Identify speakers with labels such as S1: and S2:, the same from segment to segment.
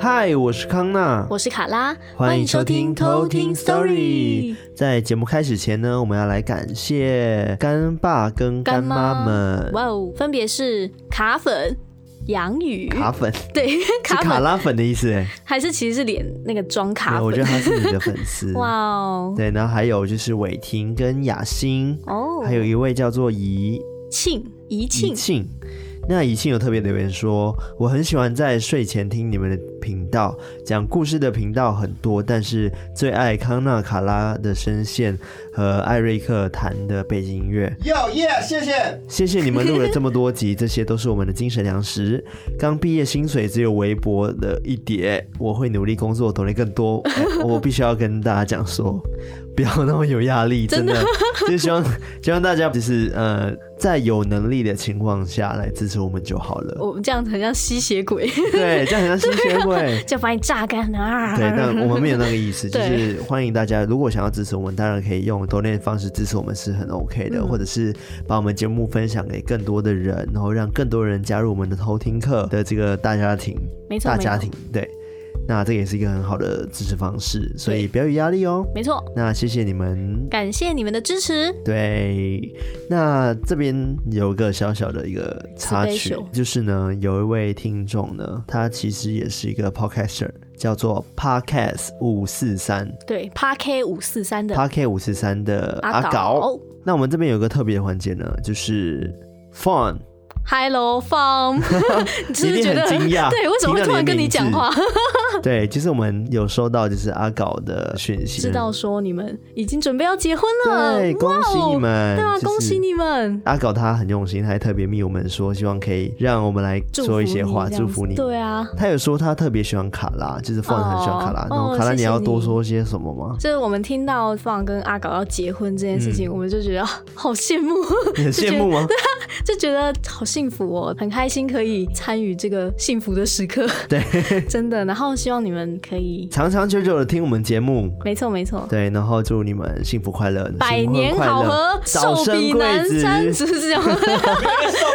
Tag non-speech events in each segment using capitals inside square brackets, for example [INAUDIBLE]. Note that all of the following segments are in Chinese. S1: 嗨，我是康娜，
S2: 我是卡拉，
S1: 欢迎收听偷听 Story。在节目开始前呢，我们要来感谢干爸跟干妈们，
S2: 哇哦，分别是卡粉、杨宇、
S1: 卡
S2: [LAUGHS]
S1: 粉
S2: 对
S1: 是
S2: 卡
S1: 卡
S2: 粉，
S1: 拉粉的意思哎，
S2: 还是其实是脸那个装
S1: 没
S2: [LAUGHS] 卡
S1: 有我觉得
S2: 粉。。
S1: 他是你的粉丝
S2: [LAUGHS] 哇哦，
S1: 对，然后还有就是伟霆跟雅欣，
S2: 哦，
S1: 还有一位叫做怡
S2: 庆怡
S1: 怡
S2: 庆，
S1: 庆。那怡庆有特别留言说，我很喜欢在睡前听你们的频道，讲故事的频道很多，但是最爱康纳卡拉的声线和艾瑞克弹的背景音乐。
S3: 要耶谢谢。
S1: 谢谢你们录了这么多集，这些都是我们的精神粮食。刚毕业，薪水只有微薄的一叠，我会努力工作，懂得更多。哎我必须要跟大家讲说， [LAUGHS] 不要那么有压力，真的， [LAUGHS] 就希望希望大家就是呃，在有能力的情况下来支持我们就好了。
S2: 我们这样很像吸血鬼， [LAUGHS]
S1: 对，这样很像吸血 [LAUGHS] 鬼。
S2: 就把你榨干啊！
S1: 对，但我们没有那个意 [LAUGHS] 思，就
S2: 对
S1: 是欢迎大家，如果想要支持我们，当然可以用 donate 方式支持我们是很 OK 的，或者是把我们节目分享给更多的人，然后让更多人加入我们的偷听课的这个大家庭，
S2: 没错，
S1: 大
S2: 没
S1: 家
S2: 错
S1: 庭，对，那这个也是一个很好的支持方式，所以不要有压力哦。
S2: 没错，
S1: 那谢谢你们。
S2: 感谢你们的支持。
S1: 对，那这边有个小小的一个插曲
S2: Special，
S1: 就是呢，有一位听众呢，他其实也是一个 podcaster，叫做 podcast 五四三
S2: 对 p a K 五四三的
S1: podcast 五四三的阿
S2: 阿
S1: 搞。
S2: 搞哦
S1: 那我们这边有个特别的环节呢，就是
S2: [LAUGHS]
S1: fun，
S2: ，Hello Farm，你 [LAUGHS] 是
S1: 你
S2: 不
S1: 一定
S2: 是觉得
S1: 很惊讶，
S2: [LAUGHS] 对，为什么
S1: 听
S2: 会
S1: 到
S2: 突
S1: 的
S2: 然跟你
S1: 名字
S2: 讲话？？
S1: 对，就是我们有收到就是阿搞的讯息，
S2: 知道说你们已经准备要结婚了，
S1: 嗯对，恭喜
S2: 哇哦
S1: 你们，
S2: 对啊，
S1: 就是
S2: 恭喜你们，
S1: 阿搞他很用心，他还特别密我们说，希望可以让我们来
S2: 祝
S1: 说
S2: 福
S1: 一些话，
S2: 这
S1: 祝
S2: 样
S1: 福
S2: 子
S1: 你。
S2: 对啊，
S1: 他有说他特别喜欢卡拉，就是 f 很喜欢卡拉
S2: 哦。
S1: 然后
S2: 哦
S1: 卡拉，
S2: 谢谢
S1: 要多
S2: 你？
S1: 说些什么吗 [LAUGHS]
S2: 就是我们听到放跟阿搞要结婚这件事
S1: 嗯
S2: 情，我们就觉得啊好羡慕， [LAUGHS]
S1: 你很羡慕 [LAUGHS] 吗？
S2: 就觉得好幸福哦，很开心可以参与这个幸福的时刻，
S1: 对，
S2: [LAUGHS] 真的。然后希望你们可以，
S1: 长长久久的听我们节目，
S2: 没错没错，
S1: 对，然后祝你们幸福快乐，
S2: 百
S1: 新婚
S2: 年
S1: 快乐
S2: 好合，
S1: 早
S2: 寿
S1: 生
S2: 比南
S1: 贵 [LAUGHS]
S2: 山，
S1: 子，
S2: 是 [LAUGHS] 不是这样？不
S3: 寿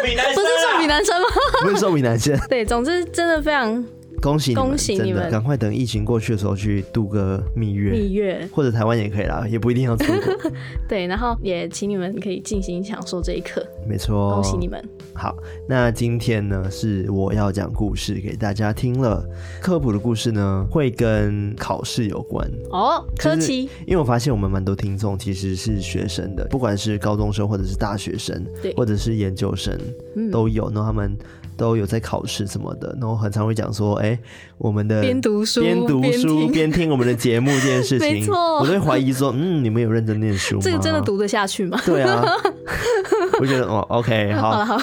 S3: 比南
S2: 是
S3: 山
S2: 寿
S3: 啊
S2: 比南山吗？
S1: 不是寿比南山。
S2: [LAUGHS] 对，总之真的非常
S1: [LAUGHS] 恭喜你们，
S2: 恭喜
S1: 真
S2: 你
S1: 的，
S2: 们
S1: 赶快等疫情过去的时候去度个蜜月
S2: 蜜，月。
S1: 或者台湾也可以啦，也不一定要出 [LAUGHS] 国。
S2: 对，然后也请你们可以尽情享受这一刻，
S1: 没错，
S2: 恭喜你们。
S1: 好，那今天呢是我要讲故事给大家听了。科普的故事呢会跟考试有关，
S2: 哦，
S1: 就
S2: 科
S1: 是
S2: 技，
S1: 因为我发现我们蛮多听众其实是学生的，不管是高中生或者是大学生，
S2: 对
S1: 或者是研究生
S2: 嗯
S1: 都有，然后他们都有在考试什么的，然后很常会讲说，哎、我们的
S2: 边读书
S1: 边读
S2: 边
S1: 书
S2: 听
S1: 边听我们的节目这件事 [LAUGHS] 情，
S2: 没错
S1: 我都会怀疑说，嗯，你们有认真念书吗？
S2: 这个真的读得下去吗？
S1: [LAUGHS] 对啊， [LAUGHS] 我觉得哦，OK，好， [LAUGHS]
S2: [LAUGHS] 好了好，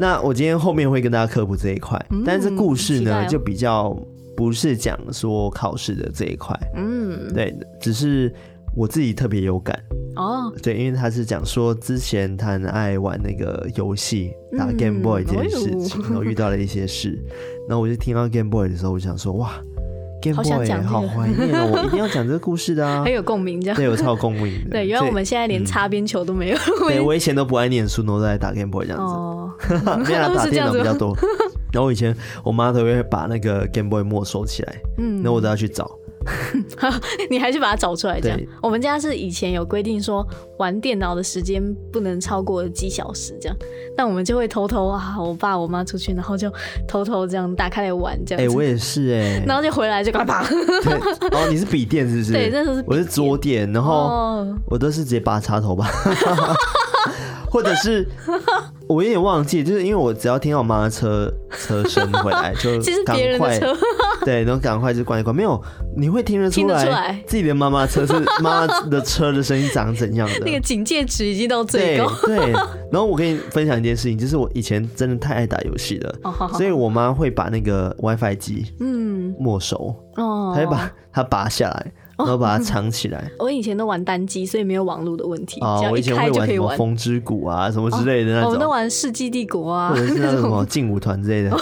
S1: 那我今天后面会跟大家科普这一块，但是故事
S2: 嗯期
S1: 呢、
S2: 待哦
S1: 就比较不是讲说考试的这一块，
S2: 嗯，
S1: 对，只是我自己特别有感，
S2: 哦，
S1: 对，因为他是讲说之前他很爱玩那个游戏打
S2: 嗯
S1: Game Boy 这件
S2: 哎呦
S1: 事情，然后遇到了一些事，然后我就听到 Game Boy 的时候，我就想说哇，Game
S2: 好想
S1: Boy
S2: 讲这个
S1: 好怀念哦，我一定要讲这个故事的啊
S2: [LAUGHS] 很，有共鸣这样。
S1: 对我超有共鸣的，
S2: [LAUGHS] 对，原来
S1: 所以
S2: 我们现在连擦边球都没有。
S1: 对我以前都不爱念书，然后都在打 Game Boy 这样子。
S2: 哦， [LAUGHS]
S1: 啊没有啦打
S2: 是这
S1: 电
S2: 样
S1: 脑比
S2: 子
S1: 较
S2: 吗？
S1: 多。
S2: [LAUGHS]
S1: 然后以前我妈都会把那个 Game Boy 没收起来，
S2: 嗯
S1: 那我都要去找。
S2: 你还去把它找出来这样
S1: 对。
S2: 我们家是以前有规定说玩电脑的时间不能超过几小时这样，但我们就会偷偷啊，我爸我妈出去，然后就偷偷这样打开来玩这
S1: 哎、
S2: 样子。
S1: 我也是哎、
S2: 然后就回来就啪啪。
S1: 对，哦，你是笔电是不是？
S2: 对那时候是笔
S1: 我是桌电，然后
S2: [LAUGHS] 哦，
S1: 我都是直接拔插头吧， [LAUGHS] 或者
S2: [LAUGHS]
S1: 是我有点忘记，就是因为我只要听到我妈的车车声回来，就
S2: [LAUGHS] 其实
S1: 赶
S2: 别人的
S1: 快
S2: 车，
S1: 对，然后赶快就关一关。没有，你会听得出
S2: 听得
S1: 来
S2: 出来
S1: 自己的妈妈的车是妈妈的车的声音长怎样的。
S2: 那个警戒值已经到最
S1: 对
S2: 高。
S1: 对， [LAUGHS] 然后我跟你分享一件事情，就是我以前真的太爱打游戏了，
S2: [LAUGHS] 哦，好好
S1: 所，以我妈会把那个 WiFi 机
S2: 嗯，
S1: 没收，
S2: 哦，
S1: 她会把它拔下来，然后把它藏起
S2: [LAUGHS]
S1: 来。
S2: 我以前都玩单机，所以没有网络的问题，
S1: 啊
S2: 只，要
S1: 我
S2: 一
S1: 以前
S2: 开
S1: 会
S2: 就
S1: 玩
S2: 可
S1: 什
S2: 以
S1: 么
S2: 玩。
S1: 《风之谷》啊，什么之类的
S2: 哦我
S1: 那
S2: 们都
S1: 种，
S2: 玩《世纪帝国》啊
S1: 或，者是那种什么 [LAUGHS] 劲舞团之
S2: [LAUGHS]
S1: 类的，
S2: 哦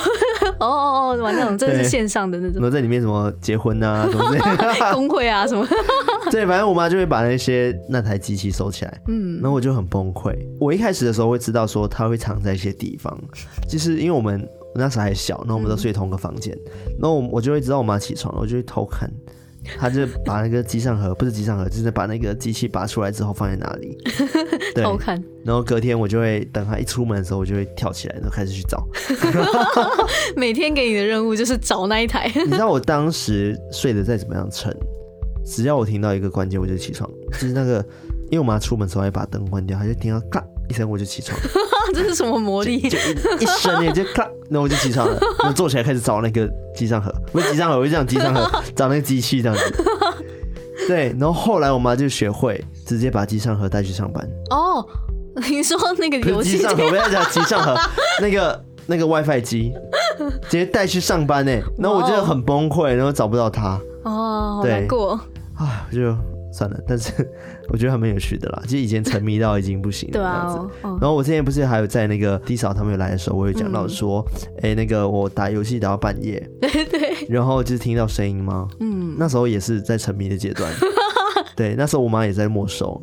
S2: 哦哦，玩那种真的
S1: 对
S2: 是线上的那
S1: 然
S2: 种
S1: 后在里面什么结婚啊，什么之类的。[LAUGHS]
S2: [LAUGHS] 工会啊什么， [LAUGHS]
S1: 对，反正我妈就会把那些那台机器收起来，嗯，然后我就很崩溃。我一开始的时候会知道说它会藏在一些地方，就是因为我们那时候还小，然后我们都睡同个房间，然后我我就会知道我妈起床了，我就会偷看。她就把那个机上盒，不是机上盒，就是把那个机器拔出来之后放在哪
S2: [LAUGHS]
S1: 里。对，
S2: 偷看，
S1: 然后隔天我就会等她一出门的时候，我就会跳起来，然后开始去找。
S2: 每天给你的任务就是找那一台， [LAUGHS]
S1: 你知道我当时睡得再怎么样沉，只要我听到一个关键，我就起床，就是那个，因为我妈出门的时候还把灯关掉，她就听到咔一声，我就起床，
S2: 这是什么魔力？
S1: 就一一声也就咔，那我就起床了，我坐起来开始找那个机上盒，不是机上盒，我就讲机上盒，找那个机器这样子。对，然后后来我妈就学会直接把机上盒带去上班，
S2: 哦， [LAUGHS] 你说那个
S1: 不
S2: 游
S1: 是机
S2: 戏
S1: 上盒，不要讲机上盒，那个那个 WiFi 机直接带去上班呢、然后我就很崩溃，然后找不到她。
S2: 哦，好
S1: 对
S2: 难过。
S1: 啊，我就算了。但是 [LAUGHS] 我觉得还蛮有趣的啦，就以前沉迷到已经不行了
S2: 对
S1: 这样
S2: 啊
S1: 子。，
S2: 哦
S1: 然后我之前不是还有在那个低嫂他们有来的时候，我有讲到说，
S2: 嗯
S1: 哎、那个我打游戏打到半
S2: [LAUGHS]
S1: 夜，对对，然后就是听到声音吗？嗯，那时候也是在沉迷的阶
S2: [LAUGHS]
S1: 段，对，那时候我妈也在没收，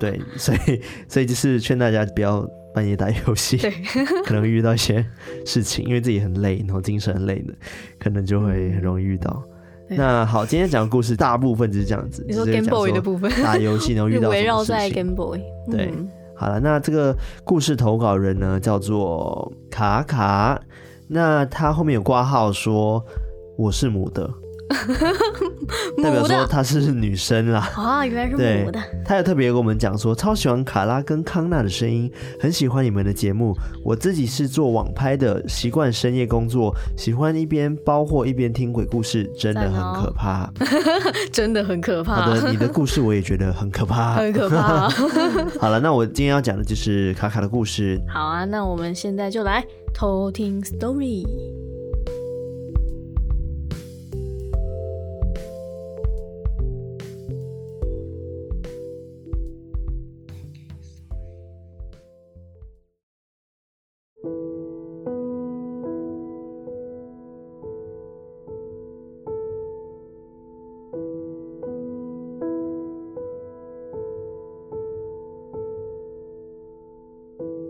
S1: 对，所以所以就是劝大家不要半夜打游戏，
S2: 对
S1: [LAUGHS] 可能会遇到一些事情，因为自己很累，然后精神很累的，可能就会很容易遇到。
S2: 对
S1: 那好，今天讲的故事大部分就是这样子。
S2: 嗯你说
S1: 就是
S2: Game
S1: 讲
S2: Boy
S1: 说
S2: 的部分
S1: 打游戏然后遇
S2: [LAUGHS]
S1: 到
S2: 围
S1: 什么
S2: 绕
S1: 事
S2: 在
S1: 情
S2: Game Boy，
S1: 对
S2: 嗯
S1: 好了，那这个故事投稿人呢叫做卡卡，那他后面有挂号说我是母的，代表
S2: 母
S1: 说
S2: 的
S1: 她是女生
S2: [LAUGHS]
S1: 啦。
S2: 啊，原来是
S1: 对
S2: 母的，
S1: 他有特别跟我们讲说，超喜欢卡拉跟康纳的声音，很喜欢你们的节目。我自己是做网拍的，习惯深夜工作，喜欢一边包货一边听鬼故事，真的
S2: 赞哦
S1: 很可怕。
S2: 真的很可怕，
S1: 好的，你的故事我也觉得很可怕。
S2: [LAUGHS] 很可
S1: [LAUGHS]
S2: 怕。
S1: 好了，那我今天要讲的就是卡卡的故事。
S2: 好啊，那我们现在就来偷听 story。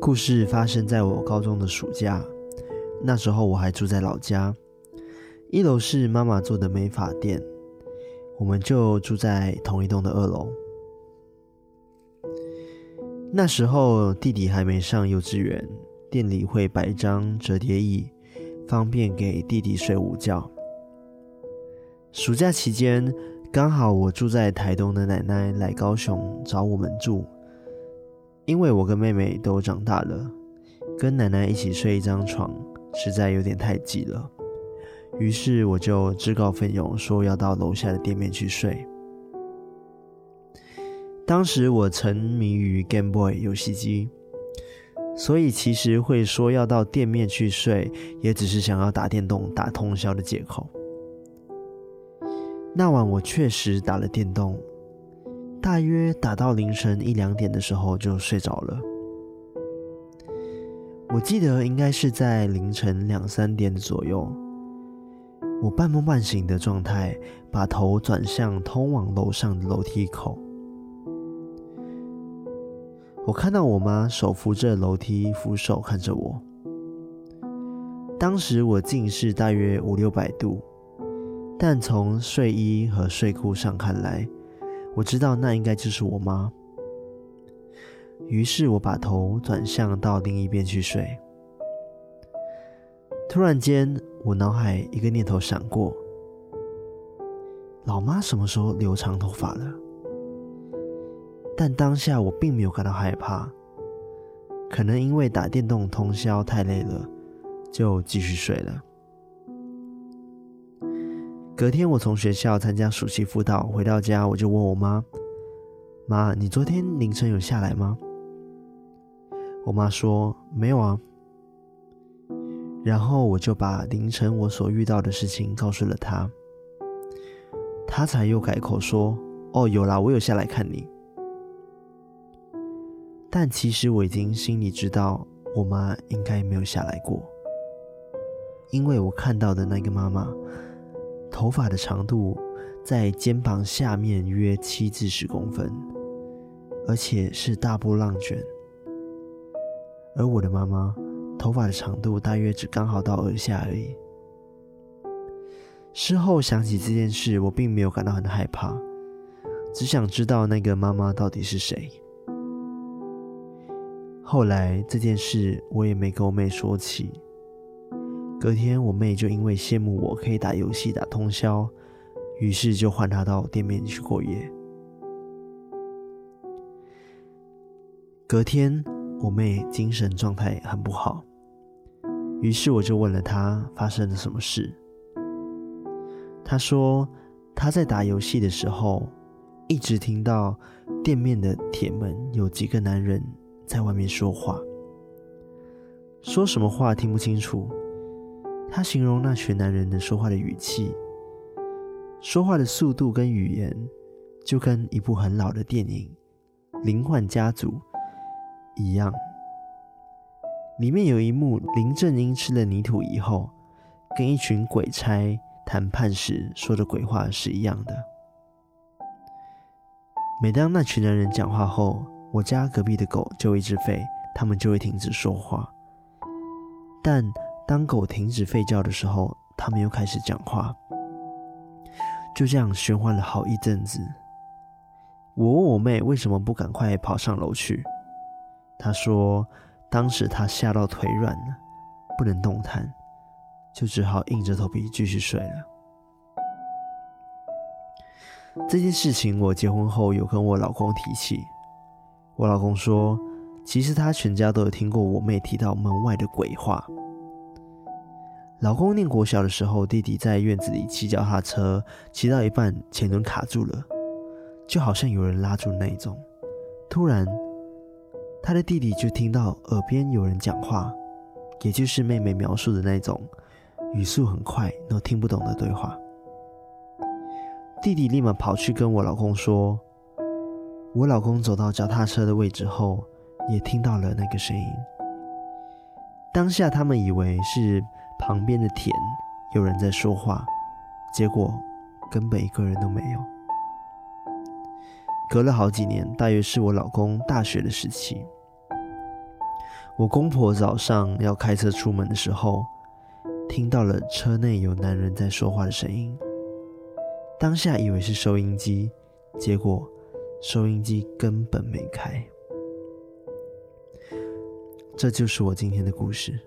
S1: 故事发生在我高中的暑假，那时候我还住在老家，一楼是妈妈做的美发店，我们就住在同一栋的二楼。那时候弟弟还没上幼稚园，店里会摆一张折叠椅，方便给弟弟睡午觉。暑假期间，刚好我住在台东的奶奶来高雄找我们住，因为我跟妹妹都长大了，跟奶奶一起睡一张床实在有点太挤了，于是我就自告奋勇说要到楼下的店面去睡。当时我沉迷于 Game Boy 游戏机，所以其实会说要到店面去睡，也只是想要打电动打通宵的借口。那晚我确实打了电动，大约打到凌晨一两点的时候就睡着了。我记得应该是在凌晨两三点左右，我半梦半醒的状态，把头转向通往楼上的楼梯口。我看到我妈手扶着楼梯扶手看着我。当时我近视大约五六百度，但从睡衣和睡裤上看来，我知道那应该就是我妈。于是我把头转向到另一边去睡。突然间，我脑海一个念头闪过：老妈什么时候留长头发了？但当下我并没有感到害怕，可能因为打电动通宵太累了，就继续睡了。隔天我从学校参加暑期辅导，回到家我就问我妈：“妈，你昨天凌晨有下来吗？”我妈说：“没有啊。”然后我就把凌晨我所遇到的事情告诉了她，她才又改口说：“哦，有啦，我有下来看你。”但其实我已经心里知道，我妈应该没有下来过，因为我看到的那个妈妈。头发的长度在肩膀下面约七至十公分，而且是大波浪卷。而我的妈妈头发的长度大约只刚好到耳下而已。事后想起这件事，我并没有感到很害怕，只想知道那个妈妈到底是谁。后来这件事我也没跟我妹说起。隔天，我妹就因为羡慕我可以打游戏打通宵，于是就换她到店面去过夜。隔天，我妹精神状态很不好，于是我就问了她发生了什么事。她说她在打游戏的时候，一直听到店面的铁门有几个男人在外面说话，说什么话听不清楚。她形容那群男人的说话的语气、说话的速度跟语言，就跟一部很老的电影《灵幻家族》一样。里面有一幕，林正英吃了泥土以后，跟一群鬼差谈判时说的鬼话是一样的。每当那群男人讲话后，我家隔壁的狗就会一直吠，他们就会停止说话。但当狗停止吠叫的时候，它们又开始讲话。就这样循环了好一阵子。我问我妹为什么不赶快跑上楼去，她说当时她吓到腿软了，不能动弹，就只好硬着头皮继续睡了。这件事情我结婚后有跟我老公提起，我老公说，其实他全家都有听过我妹提到门外的鬼话。老公念国小的时候，弟弟在院子里骑脚踏车，骑到一半前轮卡住了，就好像有人拉住那一种。突然，他的弟弟就听到耳边有人讲话，也就是妹妹描述的那种语速很快都听不懂的对话。弟弟立马跑去跟我老公说，我老公走到脚踏车的位置后，也听到了那个声音。当下他们以为是旁边的田有人在说话，结果根本一个人都没有。隔了好几年，大约是我老公大学的时期，我公婆早上要开车出门的时候，听到了车内有男人在说话的声音。当下以为是收音机，结果收音机根本没开。这就是我今天的故事。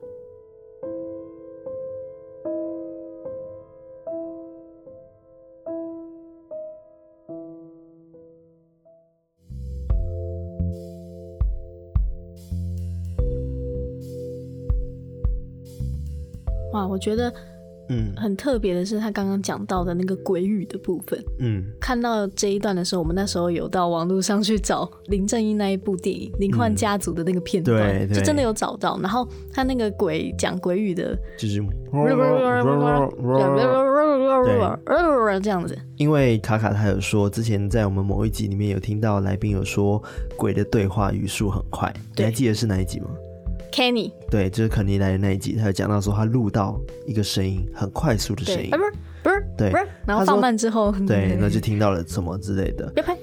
S2: 哇，我觉得
S1: 嗯
S2: 很特别的是他刚刚讲到的那个鬼语的部分。
S1: 嗯
S2: 看到这一段的时候，我们那时候有到网络上去找林正英那一部电影《灵幻家族》的那个片段，
S1: 对对
S2: 就真的有找到。然后他那个鬼讲鬼语的，
S1: 就是
S2: 这样子，
S1: 因为卡卡他有说，之前在我们某一集里面有听到来宾有说鬼的对话语速很快，你
S2: 对
S1: 还记得是哪一集吗？
S2: Kenny，
S1: 对，就是肯尼来的那一集，他有讲到说他录到一个声音，很快速的
S2: 对
S1: 声，音
S2: 啊，不是不
S1: 对嗯
S2: 是不是，然后放慢之后，
S1: 对，那就听到了什么之类的。
S2: 别拍，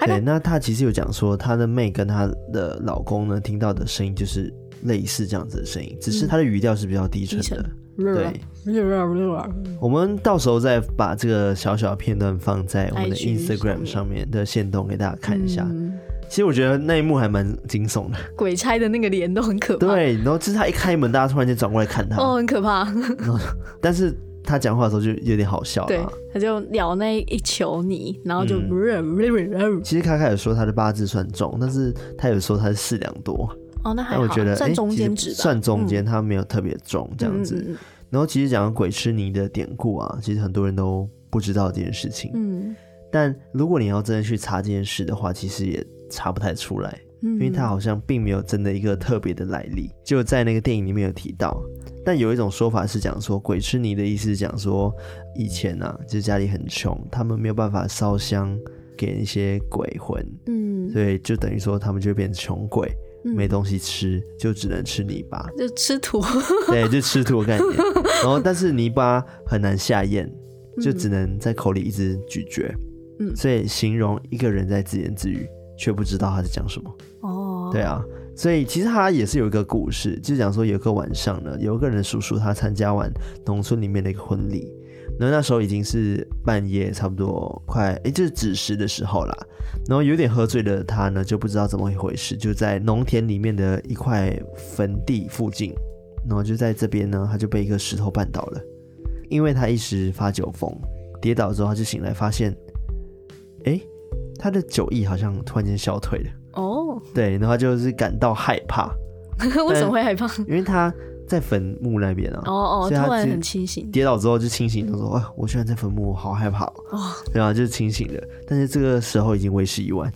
S2: 还
S1: 对，
S2: 拍，
S1: 那她其实有讲说，她的妹跟她的老公呢，听到的声音就是类似这样子的声音，只是她的语调是比较嗯低沉
S2: 低
S1: 的。
S2: 沉
S1: 对，我们到时候再把这个小小的片段放在我们的
S2: IG 上
S1: Instagram
S2: 面
S1: 上面的线动给大家看一下。
S2: 嗯
S1: 其实我觉得那一幕还蛮惊悚的，
S2: [LAUGHS] 鬼差的那个脸都很可怕，
S1: 对。然后就是她一开门，大家突然间转过来看她，
S2: 哦，很可怕，
S1: 但是她讲话的时候就有点好笑
S2: [LAUGHS] 对
S1: 了。，
S2: 他就咬那一球泥，然后就，
S1: 其实卡卡有说她的八字算重，但是她有说她是四两多，
S2: [LAUGHS] 哦，那还
S1: 但
S2: 好
S1: 我觉得，
S2: 算
S1: 诶
S2: 中
S1: 其实
S2: 间值吧，
S1: 算中间，她没有特别重这样子。
S2: 嗯，
S1: 然后其实讲到鬼吃泥的典故啊，其实很多人都不知道这件事情。
S2: 嗯
S1: 但如果你要真的去查这件事的话，其实也查不太出来，
S2: 嗯，
S1: 因为它好像并没有真的一个特别的来历，就在那个电影里面有提到。但有一种说法是讲说，鬼吃泥的意思是讲说，以前啊，就是家里很穷，他们没有办法烧香给一些鬼魂，
S2: 嗯，
S1: 所以就等于说他们就变成穷鬼，
S2: 嗯
S1: 没东西吃，就只能吃泥巴。
S2: [LAUGHS] 就吃土，嗯
S1: 对，就吃土的概
S2: [LAUGHS]
S1: 念。然后，但是泥巴很难下咽，就只能在口里一直咀嚼。
S2: 嗯
S1: 所以形容一个人在自言自语，却不知道他在讲什么。
S2: 哦，
S1: 对啊，所以其实他也是有一个故事，就是讲说有一个晚上呢，有一个人叔叔他参加完农村里面的一个婚礼，然后那时候已经是半夜，差不多快诶，就是子时的时候啦。然后有点喝醉的他呢，就不知道怎么一回事，就在农田里面的一块坟地附近，然后就在这边呢，他就被一个石头绊倒了，因为他一时发酒疯，跌倒之后他就醒来，发现，诶，他的酒意好像突然间消退了。
S2: 哦， [LAUGHS]
S1: 对，然后他就是感到害怕，
S2: 为什么会害怕？
S1: 因为他在坟墓那边啊，
S2: 哦哦，
S1: 所以他
S2: 突然
S1: 是
S2: 很清醒。
S1: 跌倒之后就清醒，他说：“啊，我居然在坟墓，我好害怕、哦。
S2: 哇、”
S1: 然后就清醒了，但是这个时候已经为时已晚。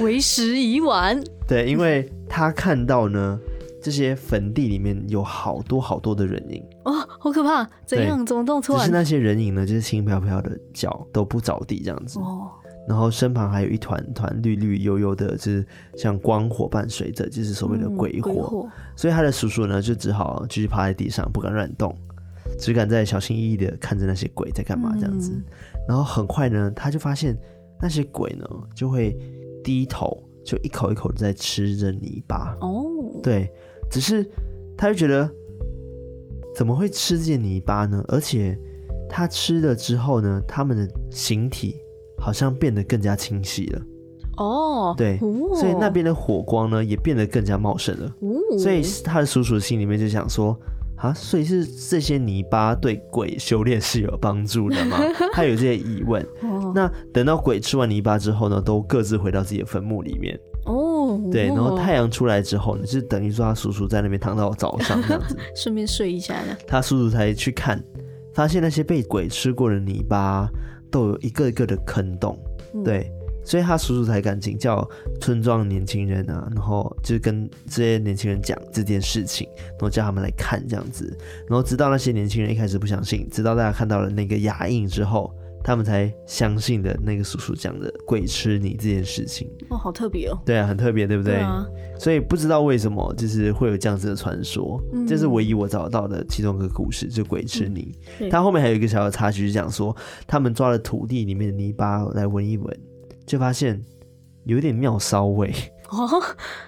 S2: 为时已晚。
S1: 对，因为他看到呢，这些坟地里面有好多好多的人影，
S2: 哇、哦好可怕！怎样？怎么动？突
S1: 只是
S2: 然？
S1: 那些人影呢，就是轻飘飘的，脚都不着地这样子。
S2: 哦，
S1: 然后身旁还有一团团绿绿油油的，就是像光火伴随着，就是所谓的
S2: 嗯
S1: 鬼火。
S2: 鬼火
S1: 所以他的叔叔呢，就只好继续趴在地上，不敢乱动，只敢在小心翼翼的看着那些鬼在干嘛这样子。
S2: 嗯
S1: 然后很快呢，他就发现那些鬼呢，就会低头，就一口一口的在吃着泥巴。
S2: 哦，
S1: 对，只是他就觉得怎么会吃这些泥巴呢？而且他吃了之后呢，他们的形体好像变得更加清晰了。
S2: 哦，
S1: 对
S2: 哦、
S1: 所以那边的火光呢，也变得更加茂盛了。
S2: 哦，
S1: 所以他的叔叔心里面就想说。啊，所以是这些泥巴对鬼修炼是有帮助的
S2: [LAUGHS]
S1: 吗？他有这些疑问。
S2: 哦
S1: 那等到鬼吃完泥巴之后呢，都各自回到自己的坟墓里面。
S2: 哦，
S1: 对，然后
S2: 哦
S1: 太阳出来之后呢，就是等于说他叔叔在那边躺到早上这样
S2: [LAUGHS]
S1: 子，
S2: 顺便睡一下的。
S1: 他叔叔才去看，发现那些被鬼吃过的泥巴都有一个一个的坑洞。
S2: 嗯
S1: 对，所以他叔叔才敢请教村庄年轻人啊，然后就是跟这些年轻人讲这件事情，然后叫他们来看这样子，然后直到那些年轻人一开始不相信，直到大家看到了那个牙印之后，他们才相信的那个叔叔讲的鬼吃你这件事情。
S2: 哦，好特别哦。
S1: 对啊，很特别，对不对？
S2: 啊，
S1: 所以不知道为什么，就是会有这样子的传说，
S2: 嗯
S1: 这是唯一我找到的其中一个故事，就鬼吃泥
S2: 嗯。对
S1: 它、后面还有一个小的插曲，是讲说他们抓了土地里面的泥巴来闻一闻，就发现有点尿骚味，
S2: 哦，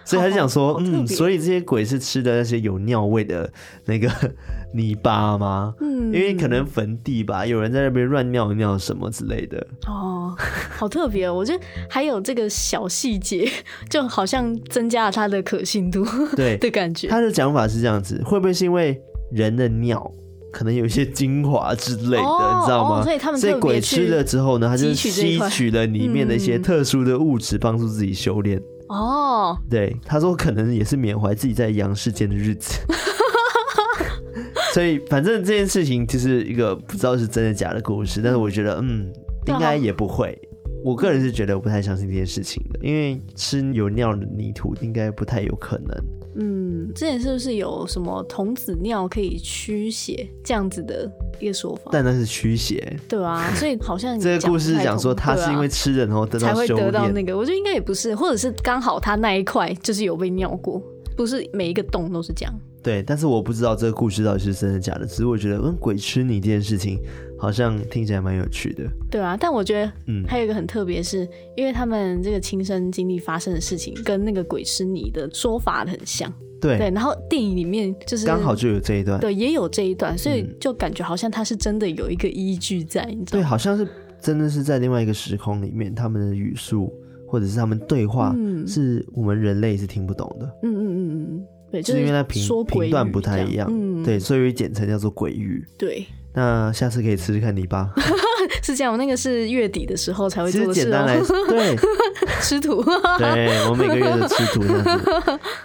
S1: 所以他就想说，
S2: 好特别
S1: 嗯，所以这些鬼是吃的那些有尿味的那个 [LAUGHS] 泥巴吗？
S2: 嗯，
S1: 因为可能坟地吧，有人在那边乱尿一尿什么之类的。
S2: 哦，好特别、哦。我觉得还有这个小细节， [LAUGHS] 就好像增加了它的可信度
S1: 对，
S2: 的感觉。
S1: 他的讲法是这样子，会不会是因为人的尿可能有一些精华之类的，
S2: 哦
S1: 你知道吗？
S2: 哦所以他们特别
S1: 鬼吃了之后呢，他就
S2: 去吸取这一
S1: 吸
S2: 块
S1: 取了里面的一些
S2: 嗯
S1: 特殊的物质，帮助自己修炼。
S2: 哦，
S1: 对，他说可能也是缅怀自己在阳世间的日
S2: [LAUGHS]
S1: 子。所以，反正这件事情就是一个不知道是真的假的故事，但是我觉得，嗯，
S2: 对啊
S1: 应该也不会。我个人是觉得不太相信这件事情的，因为吃有尿的泥土应该不太有可能。
S2: 嗯，之前是不是有什么童子尿可以驱邪这样子的一个说法？
S1: 但那是驱邪，[LAUGHS]
S2: 对啊，所以好像
S1: 这个故事
S2: 不太
S1: 讲
S2: 同
S1: 说他
S2: 对
S1: 是因为
S2: 啊
S1: 吃了然后得
S2: 才
S1: 到
S2: 会
S1: 修
S2: 得到
S1: 炼，
S2: 那个，我觉得应该也不是，或者是刚好他那一块就是有被尿过，不是每一个洞都是这样。
S1: 对，但是我不知道这个故事到底是真的假的，只是我觉得嗯，鬼吃你这件事情好像听起来蛮有趣的，
S2: 对啊，但我觉得
S1: 嗯
S2: 还有一个很特别是，因为他们这个亲身经历发生的事情跟那个鬼吃你的说法很像，
S1: 对，
S2: 对。然后电影里面就是
S1: 刚好就有这一段，
S2: 对也有这一段，所以就感觉好像他是真的有一个依据在，你知道
S1: 对，啊
S2: 吗？
S1: 好像是真的是在另外一个时空里面，他们的语速或者是他们对话、
S2: 嗯
S1: 是我们人类是听不懂的，
S2: 嗯嗯嗯嗯嗯，对，就是
S1: 因为它
S2: 是
S1: 频
S2: 说鬼
S1: 频段
S2: 语
S1: 不太
S2: 这
S1: 一样，
S2: 嗯，
S1: 对，所以会简称叫做鬼语。
S2: 对，
S1: 那下次可以吃吃看泥巴，
S2: [LAUGHS] 是这样。我那个是月底的时候才会
S1: 其
S2: 做
S1: 实简
S2: 的事
S1: 单来
S2: 哦，
S1: 对。
S2: 吃土。 [LAUGHS]
S1: 对我每个月都吃土这样子，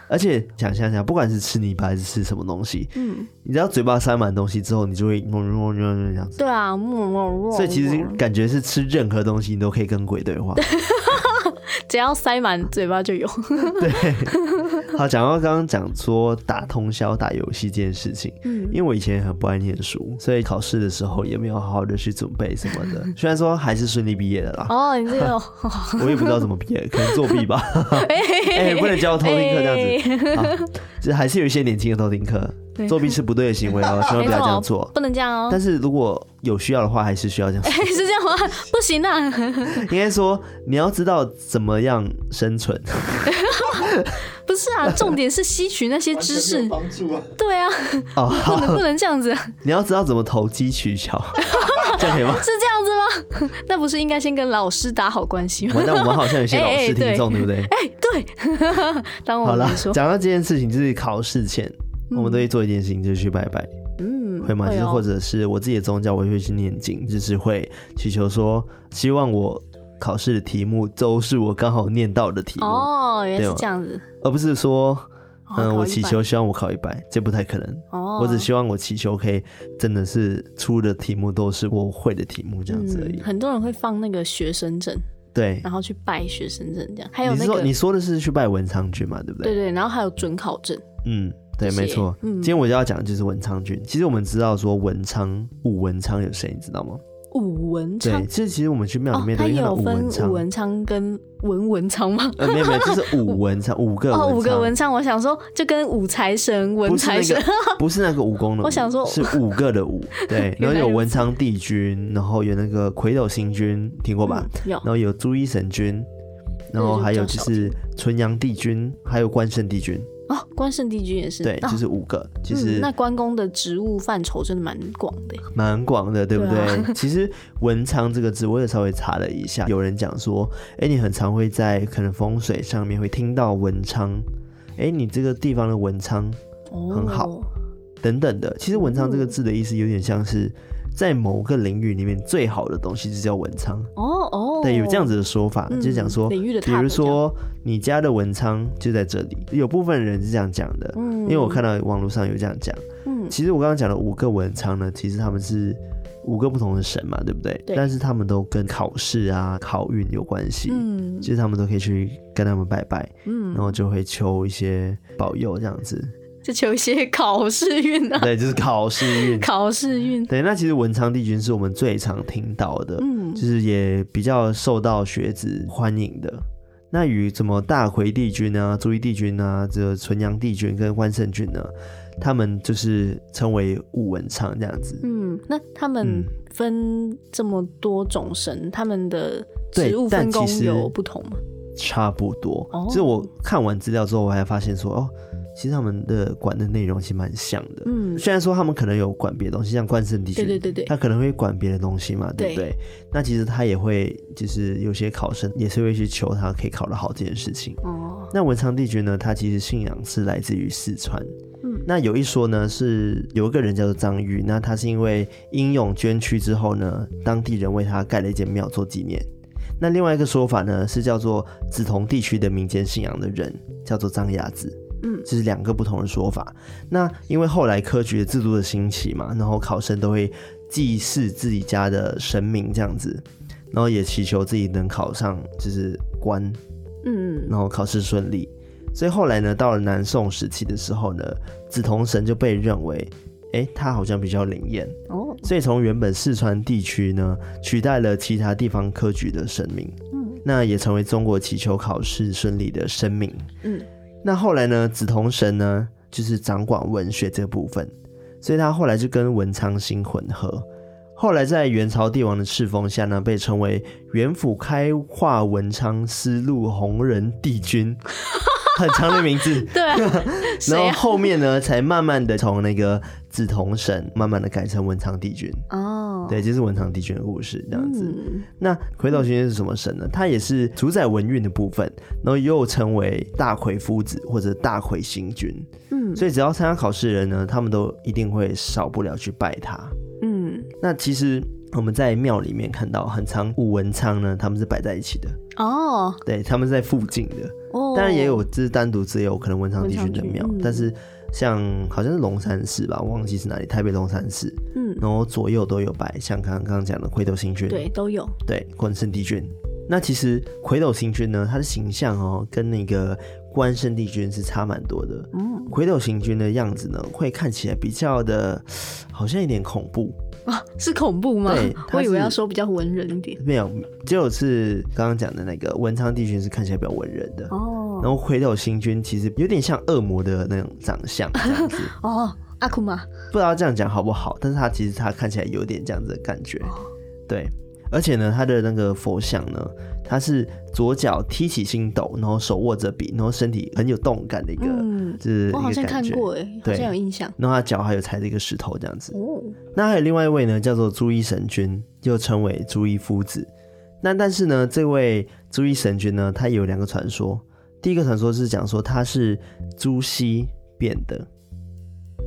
S1: 而且想想想，不管是吃泥巴还是吃什么东西，
S2: 嗯，
S1: 你只要嘴巴塞满东西之后，你就会嗡嗡嗡嗡嗡这样子。
S2: 对啊，木木木。
S1: 所以其实
S2: 木
S1: 感觉是吃任何东西，你都可以跟鬼对话。
S2: 只要塞满嘴巴就有。
S1: [LAUGHS] 好，讲到刚刚讲说打通宵打游戏这件事情，
S2: 嗯
S1: 因为我以前很不爱念书，所以考试的时候也没有好好的去准备什么
S2: [LAUGHS]
S1: 的。虽然说还是顺利毕业的啦，
S2: 哦，你这
S1: [LAUGHS]
S2: 个哦，
S1: 我也不知道怎么毕业，可能作弊吧。
S2: 哎
S1: 哎、
S2: [LAUGHS]
S1: 不能教偷听课这样子。好这还是有一些年轻的偷听课，
S2: 对
S1: 作弊是不对的行为
S2: [LAUGHS]
S1: 哦，千万不要这样做。
S2: 不能这样哦。
S1: 但是如果有需要的话，还是需要这
S2: [LAUGHS]
S1: 样做。
S2: 哎是这样吗？不行啊！
S1: 应该说，你要知道怎么样生存。
S2: 不是啊，重点是吸取那些知
S3: 完全没
S2: 识
S3: 有。帮助啊，
S1: [LAUGHS]
S2: 对啊，
S1: 哦，
S2: 不能
S1: 好，
S2: 不能这样子，
S1: 你要知道怎么投机取
S2: [LAUGHS]
S1: 巧，这样可以吗？
S2: 是这样子吗？ [LAUGHS] 那不是应该先跟老师打好关系吗？
S1: 完蛋，我们好像有些老
S2: 哎哎
S1: 师听众，对不对？
S2: 哎、对， [LAUGHS] 当我
S1: 好了
S2: 们，哦说，
S1: 讲到这件事情，就是考试前，我们都会做一件事情，就是去拜拜，
S2: 嗯，
S1: 会吗？就是
S2: 哦
S1: 或者是我自己的宗教，我也会去念经，就是会祈求说，希望我考试的题目都是我刚好念到的题目，
S2: 哦，原来
S1: 对
S2: 是
S1: 吗
S2: 这样子。
S1: 而不是说，
S2: 哦
S1: 嗯，我
S2: 考一
S1: 祈
S2: 百
S1: 求希望我考一百，这不太可能。
S2: 哦，
S1: 我只希望我祈求可以真的是出的题目都是我会的题目这样子而已
S2: 嗯。。很多人会放那个学生证，
S1: 对，
S2: 然后去拜学生证这样，还有
S1: 你
S2: 那
S1: 是说
S2: 个
S1: 你说的是去拜文昌君嘛，对不
S2: 对对，然后还有准考证。
S1: 嗯，对，
S2: 就是
S1: 没错。
S2: 嗯
S1: 今天我就要讲的就是文昌君。其实我们知道说文昌、武文昌有谁，你知道吗？
S2: 武文昌
S1: 对，其实其实我们去庙
S2: 哦
S1: 里，面都
S2: 它
S1: 会
S2: 也
S1: 看到
S2: 有
S1: 武
S2: 分
S1: 文昌
S2: 武，文昌跟文文昌吗？
S1: 呃，没有没有，就是武文
S2: [LAUGHS]
S1: 昌，五个文
S2: 哦，
S1: 昌，
S2: 五个文昌，我想说就跟武财神、文
S1: 不是
S2: 财
S1: 那
S2: 神，
S1: 个 [LAUGHS] 不是那个武功的武，
S2: 我想说
S1: 是五个的
S2: [LAUGHS]
S1: 五，对，然
S2: 原
S1: 后
S2: 来
S1: 有
S2: 如
S1: 文昌帝君，然后有那个魁斗星君，听过吧？
S2: 嗯有
S1: 然后有朱一神君，然后还有就是纯阳帝君，还有关圣帝君，
S2: 哦，关圣帝君也是，
S1: 对，
S2: 哦
S1: 就是五个，其
S2: 嗯
S1: 实
S2: 那关公的职务范畴真的蛮广的耶，
S1: 蛮广的，对不
S2: 对啊 [LAUGHS]
S1: 对？其实文昌这个字，我也稍微查了一下，有人讲说，哎，你很常会在可能风水上面会听到文昌，哎，你这个地方的文昌
S2: 哦，
S1: 很好等等的。其实文昌这个字的意思有点像是。在某个领域里面，最好的东西就叫文昌。
S2: 哦哦，嗯
S1: 对，有这样子的说法，就是讲说，
S2: 领域的
S1: 比
S2: 踏步
S1: 如
S2: 这样，
S1: 说你家的文昌就在这里，有部分人是这样讲的，
S2: 嗯
S1: 因为我看到网络上有这样讲。
S2: 嗯
S1: 其实我刚刚讲的五个文昌呢，其实他们是五个不同的神嘛，对不对？
S2: 对
S1: 但是他们都跟考试啊、考运有关系，
S2: 嗯
S1: 其实他们都可以去跟他们拜拜，然
S2: 嗯，
S1: 后就会求一些保佑这样
S2: [LAUGHS]
S1: 子。
S2: 就求一些 [LAUGHS] 考试运啊，
S1: 对，就是考试运。
S2: [LAUGHS] 考试运，
S1: 对，那其实文昌帝君是我们最常听到的，
S2: 嗯
S1: 就是也比较受到学子欢迎的。那与什么大魁帝君啊、朱一帝君啊、这个纯阳帝君跟关圣君呢，他们就是称为武文昌这样子。
S2: 嗯，那他们
S1: 嗯
S2: 分这么多种神，他们的
S1: 对
S2: 职务
S1: 但
S2: 分工
S1: 其实
S2: 有不同吗？
S1: 差不多。
S2: 哦
S1: 所以我看完资料之后，我还发现说，哦，其实他们的管的内容其实蛮像的。
S2: 嗯
S1: 虽然说他们可能有管别的东西，像冠圣帝君，
S2: 对对对对
S1: 他可能会管别的东西嘛，对不对？那其实他也会，就是有些考生也是会去求他可以考得好这件事情。
S2: 哦，
S1: 那文昌帝君呢，他其实信仰是来自于四川。
S2: 嗯
S1: 那有一说呢，是有一个人叫做张裕，那他是因为英勇捐躯之后呢，当地人为他盖了一间庙做纪念。那另外一个说法呢，是叫做梓潼地区的民间信仰的人叫做张牙子，
S2: 嗯
S1: 这是两个不同的说法。那因为后来科举的制度的兴起嘛，然后考生都会祭祀自己家的神明这样子，然后也祈求自己能考上就是官
S2: 嗯
S1: 然后考试顺利。所以后来呢，到了南宋时期的时候呢，紫铜神就被认为，诶，他好像比较灵验，
S2: 哦
S1: 所以从原本四川地区呢，取代了其他地方科举的神明，
S2: 嗯
S1: 那也成为中国祈求考试顺利的神明。
S2: 嗯
S1: 那后来呢，紫铜神呢，就是掌管文学这部分，所以他后来就跟文昌星混合。后来在元朝帝王的敕封下呢，被称为元府开化文昌司路弘仁帝
S2: [LAUGHS]
S1: 君，很长的名字。
S2: 对啊，
S1: [LAUGHS] 然
S2: 谁
S1: 后
S2: 啊？
S1: 后面呢，才慢慢的从那个紫铜神，慢慢的改成文昌帝君。
S2: 哦，
S1: 对，就是文昌帝君的故事这样子。
S2: 嗯
S1: 那魁斗星君是什么神呢？他也是主宰文运的部分，然后又称为大魁夫子或者大魁星君。
S2: 嗯
S1: 所以只要参加考试的人呢，他们都一定会少不了去拜他。
S2: 嗯，
S1: 那其实我们在庙里面看到很常武文昌呢，他们是摆在一起的，
S2: 哦
S1: 对，他们是在附近的。
S2: 哦，
S1: 当然也有，就是单独只有可能文昌帝君的庙
S2: 文昌帝君嗯，
S1: 但是像好像是龙山寺吧，我忘记是哪里，台北龙山寺，
S2: 嗯，
S1: 然后左右都有摆，像刚刚刚讲的魁斗星君，
S2: 对，都有，
S1: 对，关圣帝君。那其实魁斗星君呢，他的形象哦，跟那个关圣帝君是差蛮多的。
S2: 嗯，
S1: 魁斗星君的样子呢，会看起来比较的，好像有点恐怖。
S2: 啊，是恐怖吗
S1: 对？它
S2: [LAUGHS] 我以为
S1: 是
S2: 要说比较文人一点。
S1: 没有，只有是刚刚讲的那个文昌帝君是看起来比较文人的。
S2: 哦
S1: 然后回头星君其实有点像恶魔的那种长相这样子，
S2: 哦，阿库玛，
S1: 不知道这样讲好不好，但是他其实他看起来有点这样子的感觉，
S2: 哦
S1: 对。而且呢，他的那个佛像呢，他是左脚踢起星斗，然后手握着笔，然后身体很有动感的一个，
S2: 嗯
S1: 就是一
S2: 我好
S1: 个
S2: 像
S1: 感
S2: 看
S1: 觉。
S2: 过哎，好
S1: 对
S2: 像有印象
S1: 然后他脚还有踩着一个石头这样子。
S2: 哦。
S1: 那还有另外一位呢，叫做朱一神君，又称为朱一夫子。那但是呢，这位朱一神君呢，他有两个传说。第一个传说是讲说他是朱熹变的，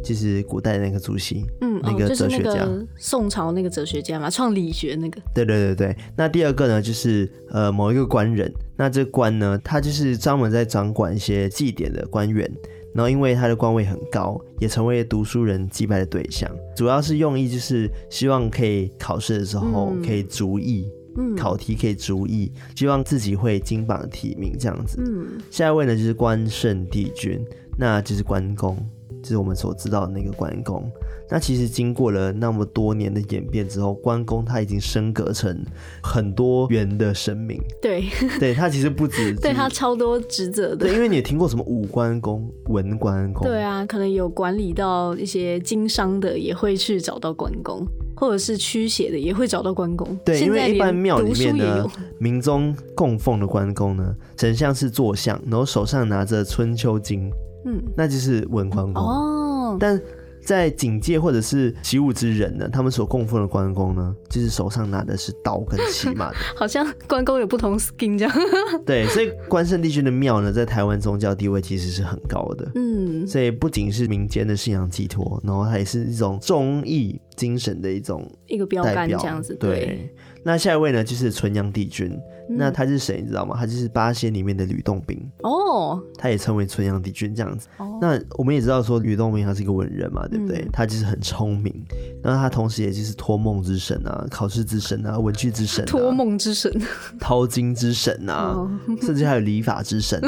S1: 就是古代的那个朱熹，
S2: 嗯，
S1: 那个
S2: 哦、就是
S1: 哲
S2: 那
S1: 学家
S2: 个宋朝那个哲学家嘛，创理学那个， [LAUGHS]
S1: 对对对对，那第二个呢，就是呃某一个官人，那这官呢，他就是专门在掌管一些祭典的官员，然后因为他的官位很高，也成为读书人祭拜的对象，主要是用意就是希望可以考试的时候
S2: 嗯
S1: 可以逐意，
S2: 嗯，
S1: 考题可以逐意，希望自己会金榜题名这样子。
S2: 嗯，
S1: 下一位呢就是关圣帝君，那就是关公，就是我们所知道的那个关公。那其实经过了那么多年的演变之后，关公他已经升格成很多元的神
S2: [LAUGHS]
S1: 明，
S2: 对，
S1: 对他其实不止
S2: [LAUGHS] 对他超多职责的，
S1: 对，因为你也听过什么武关公、文关公，
S2: 对啊，可能有管理到一些经商的，也会去找到关公，或者是驱邪的，也会找到关公。
S1: 对，
S2: 现
S1: 因
S2: 在
S1: 为一
S2: 连
S1: 般庙里
S2: 读书
S1: 面
S2: 也
S1: 呢
S2: 有，
S1: 民众供奉的关公呢，神像是坐像，然后手上拿着春秋经，
S2: 嗯，
S1: 那就是文关公。
S2: 哦，
S1: 但在警界或者是习武之人呢，他们所供奉的关公呢，就是手上拿的是刀跟骑马的。
S2: 好像关公有不同 skin 这样，
S1: 对，所以关圣帝君的庙呢，在台湾宗教地位其实是很高的。
S2: 嗯，
S1: 所以不仅是民间的信仰寄托，然后它也是一种忠义精神的一种
S2: 一个标
S1: 代
S2: 杆
S1: 表。
S2: 这样子，
S1: 对，
S2: 对，
S1: 那下一位呢，就是纯阳帝君。
S2: 嗯
S1: 那他是谁，你知道吗？他就是八仙里面的吕洞宾，
S2: 哦，
S1: 他也称为纯阳帝君这样子。
S2: 哦
S1: 那我们也知道说吕洞宾他是一个文人嘛，对不对？
S2: 嗯
S1: 他就是很聪明，然后他同时也就是托梦之神啊、考试之神啊、文具之神、啊、
S2: 托、梦之神，
S1: 掏金之神啊，
S2: 哦
S1: 甚至还有理法之
S2: [LAUGHS]
S1: 神、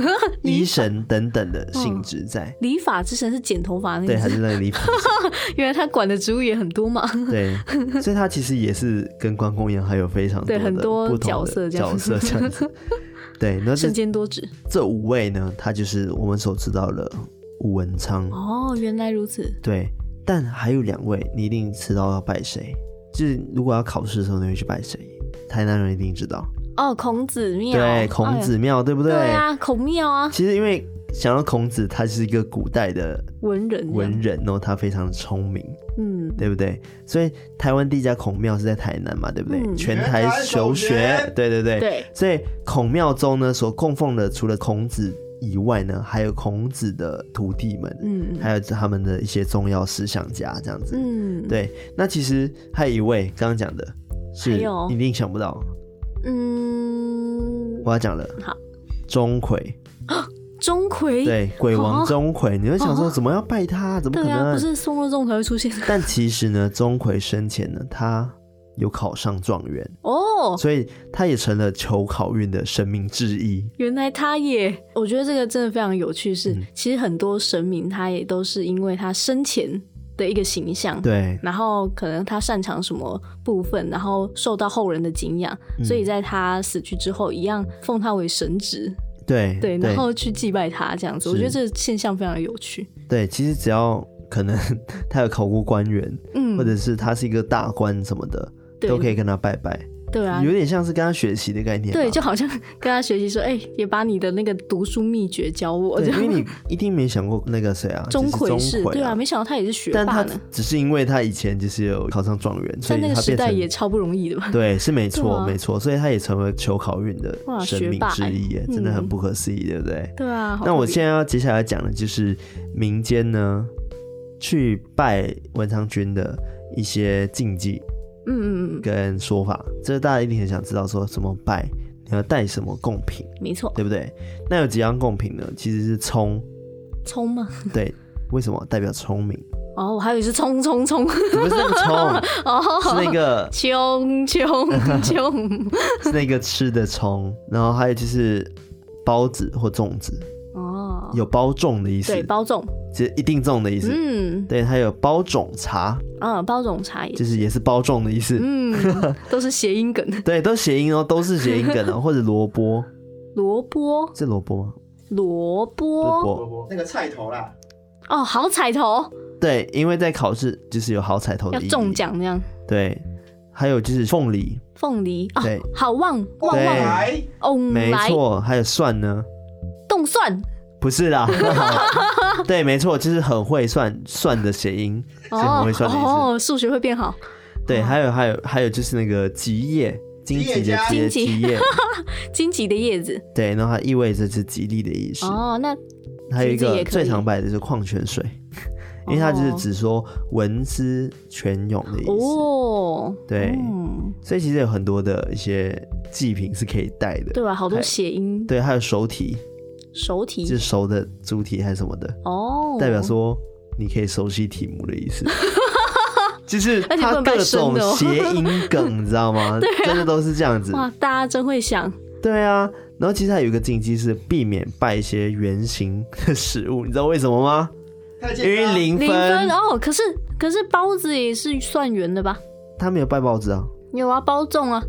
S1: 医神等等的性质在。
S2: 理发之神是剪头发那
S1: 对，还
S2: 个，
S1: 是那个理法之神。
S2: [LAUGHS] 原来他管的职务也很
S1: [LAUGHS]
S2: 多嘛， [LAUGHS]
S1: 对，所以他其实也是跟关公一样，还有非常多
S2: 对
S1: 的
S2: 很多
S1: 不同的
S2: 角色这样
S1: 角色这样
S2: [LAUGHS]
S1: 子。对，那这
S2: 身兼多职。
S1: 这五位呢，他就是我们所知道的武文昌。
S2: 哦，原来如此，
S1: 对，但还有两位，你一定知道要拜谁。就是如果要考试的时候，你会去拜谁？台南人一定知道，
S2: 哦，孔子庙，
S1: 对，
S2: 哎
S1: 孔
S2: 呀
S1: 子庙，对不对？
S2: 对啊，孔庙啊，
S1: 其实因为想到孔子，他是一个古代的
S2: 文人这样
S1: 文，人，然后他非常聪明，
S2: 嗯，
S1: 对不对？所以台湾第一家孔庙是在台南嘛，对不对？
S2: 嗯
S1: 全台求学，
S3: 全台求学
S1: 对对对。
S2: 对，
S1: 所以孔庙中呢，所供奉的除了孔子以外呢，还有孔子的徒弟们，
S2: 嗯
S1: 还有他们的一些重要思想家这样子。
S2: 嗯，
S1: 对，那其实还有一位刚刚讲的
S2: 还
S1: 是
S2: 有
S1: 一定想不到，
S2: 嗯，
S1: 我要讲了。
S2: 好，
S1: 钟馗，
S2: 钟馗，
S1: 对，鬼王
S2: 哦
S1: 钟馗，你会想说
S2: 哦
S1: 怎么要拜他？怎么可
S2: 对啊，
S1: 能
S2: 不？是宋若宗才会出现的
S1: 但其实呢，钟馗生前呢，他有考上状元，
S2: 哦。
S1: 所以他也成了求考运的神明之一。
S2: 原来他也，我觉得这个真的非常有趣是，
S1: 嗯
S2: 其实很多神明他也都是因为他生前的一个形象，
S1: 对，
S2: 然后可能他擅长什么部分，然后受到后人的敬仰，
S1: 嗯
S2: 所以在他死去之后，一样奉他为神职，
S1: 对，
S2: 对，
S1: 对
S2: 然，后去祭拜他这样子。我
S1: 是
S2: 觉得这个现象非常有趣。
S1: 对，其实只要可能 [LAUGHS] 他有考过官员，
S2: 嗯，
S1: 或者是他是一个大官什么的，
S2: 对
S1: 都可以跟他拜拜，
S2: 对啊
S1: 有，点像是跟他学习的概念吧。啊
S2: 对，就好像跟他学习说，哎、也把你的那个读书秘诀教我。
S1: 对，
S2: 这
S1: 因为
S2: 样
S1: 你一定没想过那个谁啊，
S2: 钟
S1: 就是
S2: 馗
S1: 钟
S2: 是，
S1: 馗
S2: 对啊，没想到他也是学
S1: 但
S2: 霸
S1: 他
S2: 呢，
S1: 只是因为他以前就是有考上状元，所
S2: 在
S1: 以
S2: 那个
S1: 他
S2: 时
S1: 变
S2: 代
S1: 成
S2: 也超不容易 [LAUGHS] 的吧？
S1: 对，是没错，
S2: 对啊
S1: 没错，所以他也成为求考运的
S2: 哇
S1: 神
S2: 学
S1: 明
S2: 霸
S1: 之
S2: 欸
S1: 一耶，真的很
S2: 嗯
S1: 不可思议，对不对？
S2: 对啊，好
S1: 那我
S2: 特别
S1: 现在要接下来讲的就是民间呢去拜文昌君的一些禁忌
S2: 嗯嗯嗯，
S1: 跟说法，这大家一定很想知道，说怎么拜，你要带什么贡品，
S2: 没错，
S1: 对不对？那有几样贡品呢？其实是葱，
S2: 葱嘛，
S1: 对，为什么代表聪明？
S2: 哦，我还以为是冲冲冲，
S1: 不是那个葱，
S2: 哦，
S1: 是那个 [LAUGHS]
S2: 冲冲冲，
S1: 是那个吃的葱，然后还有就是包子或粽子，
S2: 哦，
S1: 有包粽的意思
S2: 对，，包粽，
S1: 就是一定粽的意思。
S2: 嗯
S1: 对，还有包种茶，
S2: 嗯，包粽茶也
S1: 就，是也是包粽的意思。
S2: 嗯， [LAUGHS] 都是谐音梗， [LAUGHS]
S1: 对，都是谐音哦，都是谐音梗哦，或者萝卜，
S2: 萝卜
S1: 是萝卜吗？
S2: 萝
S1: 不
S2: 卜
S1: 播
S3: 那个菜头啦，
S2: 哦，好彩头，
S1: 对，因为在考试就是有好彩头的
S2: 要
S1: 意义
S2: 中。奖这样。
S1: 对，还有就是凤梨，
S2: 凤梨哦
S1: 对，
S2: 好旺旺
S1: 对
S2: 旺
S3: 来，
S2: 哦，
S1: 没
S2: 来
S1: 错，还有蒜呢。
S2: 动蒜
S1: 不是
S2: [LAUGHS]
S1: 啦，对，没错，就是很会算算的谐音，是很
S2: 哦
S1: 会算的意思。
S2: 哦，数学会变好。
S1: 对，
S2: 哦
S1: 还有还有还有就是那个吉叶，荆棘的棘的
S2: 荆棘
S1: 棘
S2: [LAUGHS]
S1: 叶，
S2: 荆棘的叶子
S1: 对，然后它意味着是吉利的意思。
S2: 哦，那
S1: 还有一
S2: 橘子
S1: 个
S2: 也可以
S1: 最常摆的是矿泉
S2: [LAUGHS]
S1: 水，因为它就是只说文思泉涌的意思。
S2: 哦，
S1: 对
S2: 嗯
S1: 所以其实有很多的一些祭品是可以带的。
S2: 对吧？好多
S1: 还
S2: 谐音，
S1: 对，还有手体，
S2: 手
S1: 就是
S2: 体
S1: 熟的猪蹄还是什么的，
S2: 哦，
S1: 代表说你可以熟悉题目的意
S2: [LAUGHS]
S1: 思。就是
S2: 而且不
S1: 它
S2: 能拜
S1: 各
S2: 生
S1: 种
S2: 的哦啊
S1: 谐音梗，你知道
S2: [LAUGHS]
S1: 吗？真的都是这样子。
S2: 哇，大家真会想
S1: 对啊，然后其实还有一个禁忌是避免拜一些圆形的食物，你知道为什么吗？
S3: 太
S1: 因为
S3: 零
S1: 零分
S2: 零分，哦。可是可是包子也是算圆的吧？
S1: 他没有拜包子啊，
S2: 有啊，包中啊，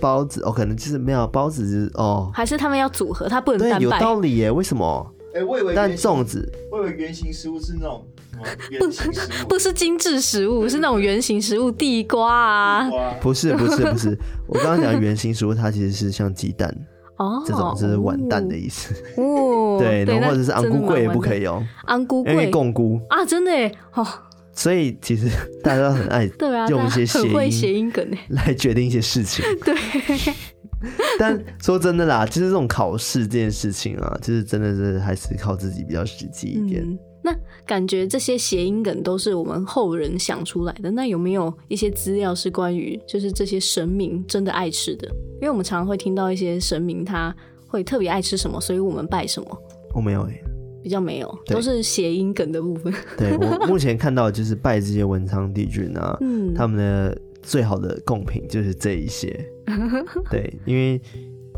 S1: 包子哦，可能就是没有包子就是哦，
S2: 还是他们要组合，他不能
S1: 对，
S2: 单
S1: 有
S2: 拜。
S1: 道理耶，为什么？
S3: 哎，我以为
S1: 但
S3: 圆形，
S1: 粽子
S3: 我以为圆形食物是那种什么圆形食物，
S2: [LAUGHS] 不是精致食物，是那种圆形食物，地瓜啊，
S3: 哇，
S1: [LAUGHS] 不是不是不是，我刚刚讲圆形食物，它其实是像鸡蛋
S2: 哦，
S1: 这种，就是完蛋的意思。
S2: 哦，
S1: 对，然后或者是昂
S2: 菇
S1: 菇贵也不可，以哦，
S2: 昂菇
S1: 因为
S2: 贵
S1: 共菇，
S2: 啊，真的耶，哦，
S1: 所以其实大家都很爱
S2: 对啊，
S1: 用一些
S2: 大家很会
S1: 谐
S2: 谐
S1: 音
S2: 音梗诶，
S1: 来决定一些事情。
S2: 对，
S1: [LAUGHS] 但说真的啦，就是这种考试这件事情啊，就是真的是还是靠自己比较实际一点。
S2: 嗯，那感觉这些谐音梗都是我们后人想出来的。那有没有一些资料是关于就是这些神明真的爱吃的？因为我们常常会听到一些神明他会特别爱吃什么，所以我们拜什么。
S1: 我没有诶，
S2: 比较没有，
S1: 对
S2: 都是谐音梗的部分。 [LAUGHS]
S1: 对我目前看到的就是拜这些文昌帝君啊，
S2: [LAUGHS] 嗯，
S1: 他们的最好的贡品就是这一些。
S2: [LAUGHS]
S1: 对，因为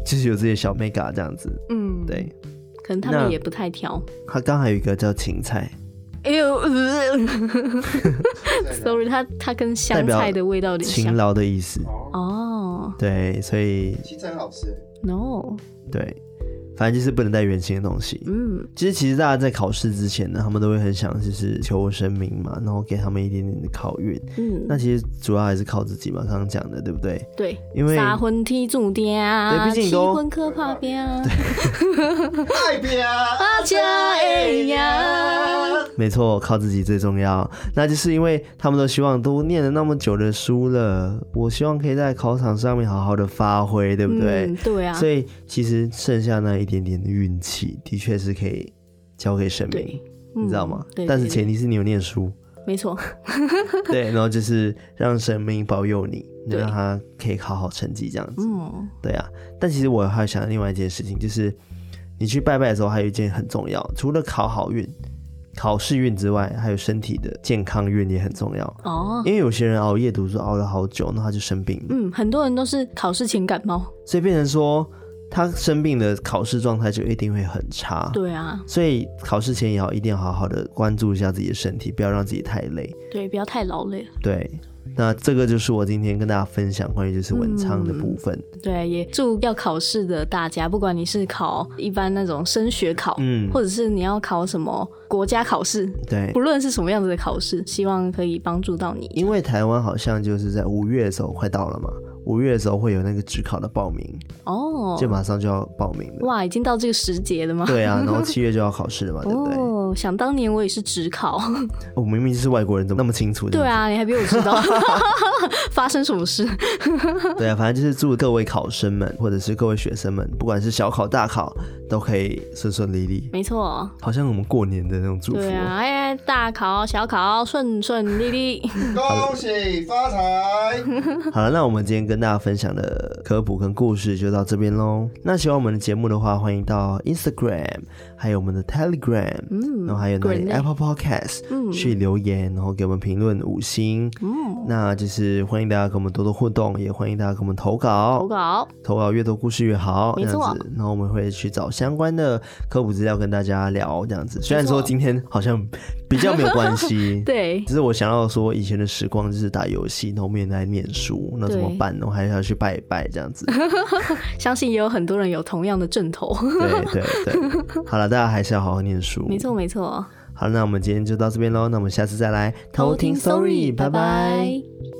S1: 就是有这些小 mega 这样子。
S2: 嗯，
S1: 对，
S2: 可能他们
S1: 那
S2: 也不太 [LAUGHS] 挑。
S1: 他刚还有一个叫芹菜，
S2: 哎呦、呃、
S3: 对
S2: ，sorry，它它跟
S1: 代
S2: 香
S1: 表
S2: 菜的味道有点
S1: 勤
S2: 像。
S1: 劳的意思。
S3: 哦，
S2: 哦
S1: 对，所以
S3: 芹菜很好吃，
S2: ，no，
S1: 对，反正就是不能带圆形的东西。
S2: 嗯，
S1: 其实，其实大家在考试之前呢，他们都会很想就是求神明嘛，然后给他们一点点的考运。
S2: 嗯
S1: 那其实主要还是靠自己嘛，刚刚讲的，对不对？
S2: 对，
S1: 因为
S2: 撒婚踢住爹
S1: 对
S2: 啊，
S1: 毕竟你都
S2: 七婚可怕变啊，
S3: 爱拼
S2: 大
S3: 啊
S2: 家哎呀，
S1: 没错，靠自己最重要。那就是因为他们都希望都念了那么久的书了，我希望可以在考场上面好好的发挥，对不对？
S2: 嗯对啊，
S1: 所以其实剩下那一点点的运气，的确是可以交给神明
S2: 对。，嗯
S1: 你知道吗？
S2: 对，
S1: 但是
S2: 对
S1: 前提是你有念
S2: [LAUGHS]
S1: 书，
S2: 对没错，
S1: 对，然后就是让神明保佑你，
S2: 对
S1: 让他可以考好成绩这样子。
S2: 嗯，
S1: 对啊，但其实我还想另外一件事情，就是你去拜拜的时候，还有一件很重要，除了考好运、考试运之外，还有身体的健康运也很重要。
S2: 哦，
S1: 因为有些人熬夜读书熬了好久，那他就生病了，
S2: 嗯，很多人都是考试前感冒，
S1: 所以变成说他生病的考试状态就一定会很差。
S2: 对啊，
S1: 所以考试前也要一定要好好的关注一下自己的身体，不要让自己太累。
S2: 对，不要太劳累了。
S1: 对，那这个就是我今天跟大家分享关于就是文昌的部分。
S2: 对，也祝要考试的大家，不管你是考一般那种升学考，
S1: 嗯
S2: 或者是你要考什么国家考试，
S1: 对，嗯
S2: 不论是什么样子的考试，希望可以帮助到你。
S1: 因为台湾好像就是在五月的时候快到了嘛，五月的时候会有那个职考的报名，
S2: 哦，
S1: 就马上就要报名了。
S2: 哇，已经到这个时节了吗？
S1: 对啊，然后七月就要考试了嘛，对不嗯对？我、
S2: 哦，想当年我也是职考，
S1: 明明就是外国人，怎么那么清楚？
S2: [LAUGHS] 对，啊，你还比我知道 [LAUGHS] 发生什么事。
S1: 对啊，反正就是祝各位考生们，或者是各位学生们，不管是小考大考，都可以顺顺利利，
S2: 没错，
S1: 好像我们过年的那种祝福
S2: 对
S1: 哦。
S2: 啊，哎，大考小考顺顺利 [LAUGHS] 利。
S3: 恭喜发财。
S1: 好了，那我们今天跟大家分享的科普跟故事就到这边喽。那喜欢我们的节目的话，欢迎到 Instagram，还有我们的 Telegram，嗯，然后还有那
S2: 滚
S1: 里
S2: 嘞
S1: Apple Podcast，嗯，去留言，然后给我们评论五星，嗯，那就是欢迎大家跟我们多多互动，也欢迎大家跟我们投稿，
S2: 投稿，
S1: 投稿越多故事越好，这
S2: 没
S1: 样
S2: 错
S1: 子，然后我们会去找相关的科普资料跟大家聊，这样子。虽然
S2: 没错。
S1: 说今天好像比较没有关系
S2: [LAUGHS]
S1: [LAUGHS]
S2: 对
S1: 只是我想到说，以前的时光就是打游戏，然后面在念书，那怎么
S2: 对
S1: 办呢？我还要去拜一拜这样
S2: [LAUGHS]
S1: 子。
S2: 相信也有很多人有同样的阵头。 [LAUGHS]
S1: 对对对，好了，大家还是要好好念书。
S2: 没错，没错。
S1: 好了，那我们今天就到这边喽，那我们下次再来
S2: 偷听
S1: Sorry，
S2: Sorry，拜拜。